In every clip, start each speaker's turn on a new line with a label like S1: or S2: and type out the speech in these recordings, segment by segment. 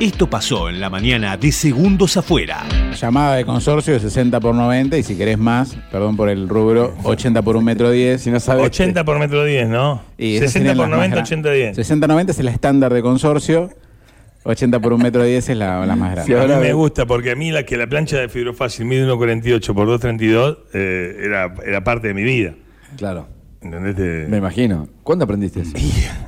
S1: Esto pasó en la mañana de Segundos Afuera.
S2: Llamada de consorcio de 60 por 90 y si querés más, perdón por el rubro, 80 por 1 metro 10.
S3: Si no sabes.
S4: 80 por metro 10, ¿no?
S2: Y esas
S4: 60
S2: serían
S4: por
S2: las más
S4: 90,
S2: gra-
S4: 80
S2: 60-90
S4: 10.
S2: es la estándar de consorcio. 80 por 1 metro 10 es la, la más grande.
S3: Sí,
S4: A mí
S3: ahora-
S4: me gusta porque a mí la que la plancha de fibrofácil mide 1,48 por 2,32 eh, era, era parte de mi vida.
S3: Claro.
S4: ¿Entendés? De-
S3: Me imagino. ¿Cuándo aprendiste eso?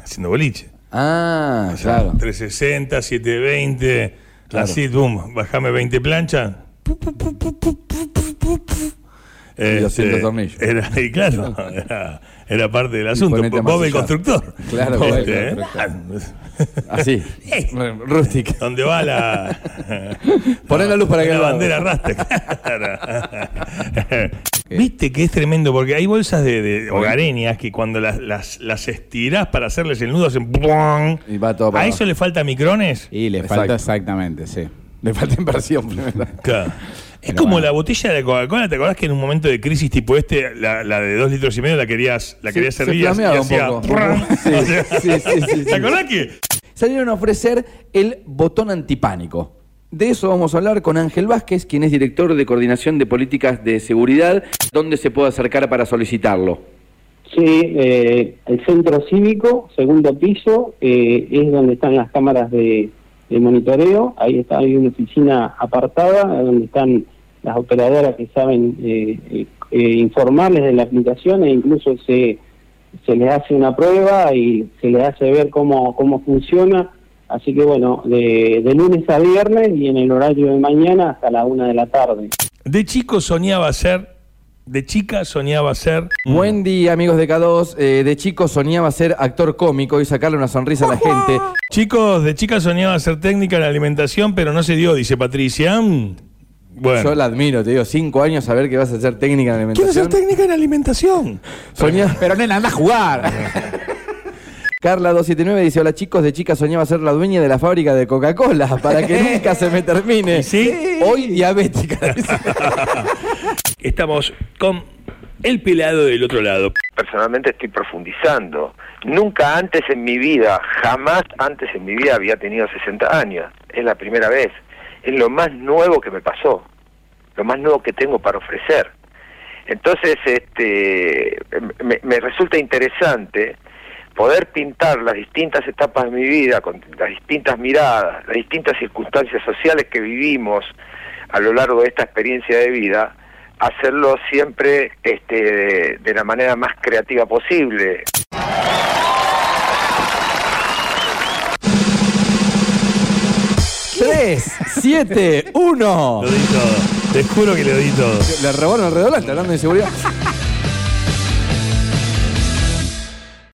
S4: haciendo boliche.
S3: Ah,
S4: O sea,
S3: claro.
S4: 360, 720,
S3: Claro.
S4: así, boom, bajame 20 planchas. Pu, pu, pu, pu, pu, pu, pu, pu, pu. Este,
S3: 200 tornillos.
S4: Era, y claro, era, era parte del asunto.
S3: ponete a
S4: Bob el
S3: masillar.
S4: constructor. Este, ¿eh?
S3: Claro, Bob el
S4: constructor.
S3: Así. Rústica.
S4: ¿Dónde va la.
S3: Poné la luz para que
S4: la
S3: lo-
S4: bandera arrastre, claro. Viste que es tremendo, porque hay bolsas de, de hogareñas que cuando las, las, las estirás para hacerles el nudo hacen. ¡buang!
S3: Y va todo para
S4: ¿A
S3: abajo.
S4: eso le falta micrones?
S2: Y le
S3: Exacto.
S2: falta exactamente, sí.
S3: Le falta inversión primero.
S4: Claro. Es
S2: Pero
S4: como
S2: bueno.
S4: la botella de Coca-Cola, ¿te acordás que en un momento de crisis tipo este, la, la de dos litros y medio la querías, la
S3: Sí,
S4: querías
S3: se
S4: servir y
S3: flameaba
S4: hacía-
S3: un poco.
S4: ¡buang!
S3: Sí,
S4: O sea,
S3: sí, sí, sí, sí.
S4: ¿Te acordás que?
S3: Salieron a ofrecer el botón antipánico. De eso vamos a hablar con Ángel Vázquez, quien es director de Coordinación de Políticas de Seguridad. ¿Dónde se puede acercar para solicitarlo?
S5: Sí, eh, el centro cívico, segundo piso, eh, es donde están las cámaras de, de monitoreo. Ahí está, hay una oficina apartada eh, donde están las operadoras que saben eh, eh, eh, informarles de la aplicación e incluso se, se les hace una prueba y se les hace ver cómo, cómo funciona. Así que bueno, de, de lunes a viernes y en el horario de mañana hasta la una de la tarde.
S4: De chico soñaba ser, de chica soñaba ser.
S3: Buen día, amigos de K2. Eh, de chico soñaba ser actor cómico y sacarle una sonrisa a la gente.
S4: Chicos, de chica soñaba ser técnica en alimentación, pero no se dio, dice Patricia. Mm.
S3: Yo
S4: Bueno.
S3: la admiro, te digo, cinco años a ver que vas a ser técnica en
S4: Quiero ser
S3: alimentación.
S4: técnica en alimentación.
S3: Soñaba-
S2: Pero nena, anda a jugar.
S3: Carla 279 dice, hola chicos, de chica soñaba ser la dueña de la fábrica de Coca-Cola para que nunca se me termine.
S4: sí?
S3: Hoy diabética. dice.
S4: Estamos con el pelado del otro lado.
S6: personalmente estoy profundizando. Nunca antes en mi vida, jamás antes en mi vida había tenido 60 años. Es la primera vez. Es lo más nuevo que me pasó. Lo más nuevo que tengo para ofrecer. Entonces, este, me, me resulta interesante poder pintar las distintas etapas de mi vida, con las distintas miradas, las distintas circunstancias sociales que vivimos a lo largo de esta experiencia de vida, hacerlo siempre este, de, de la manera más creativa posible.
S3: Tres, siete, uno.
S4: Lo di todo. Te juro que lo di todo.
S3: Le robaron el redolante hablando de inseguridad.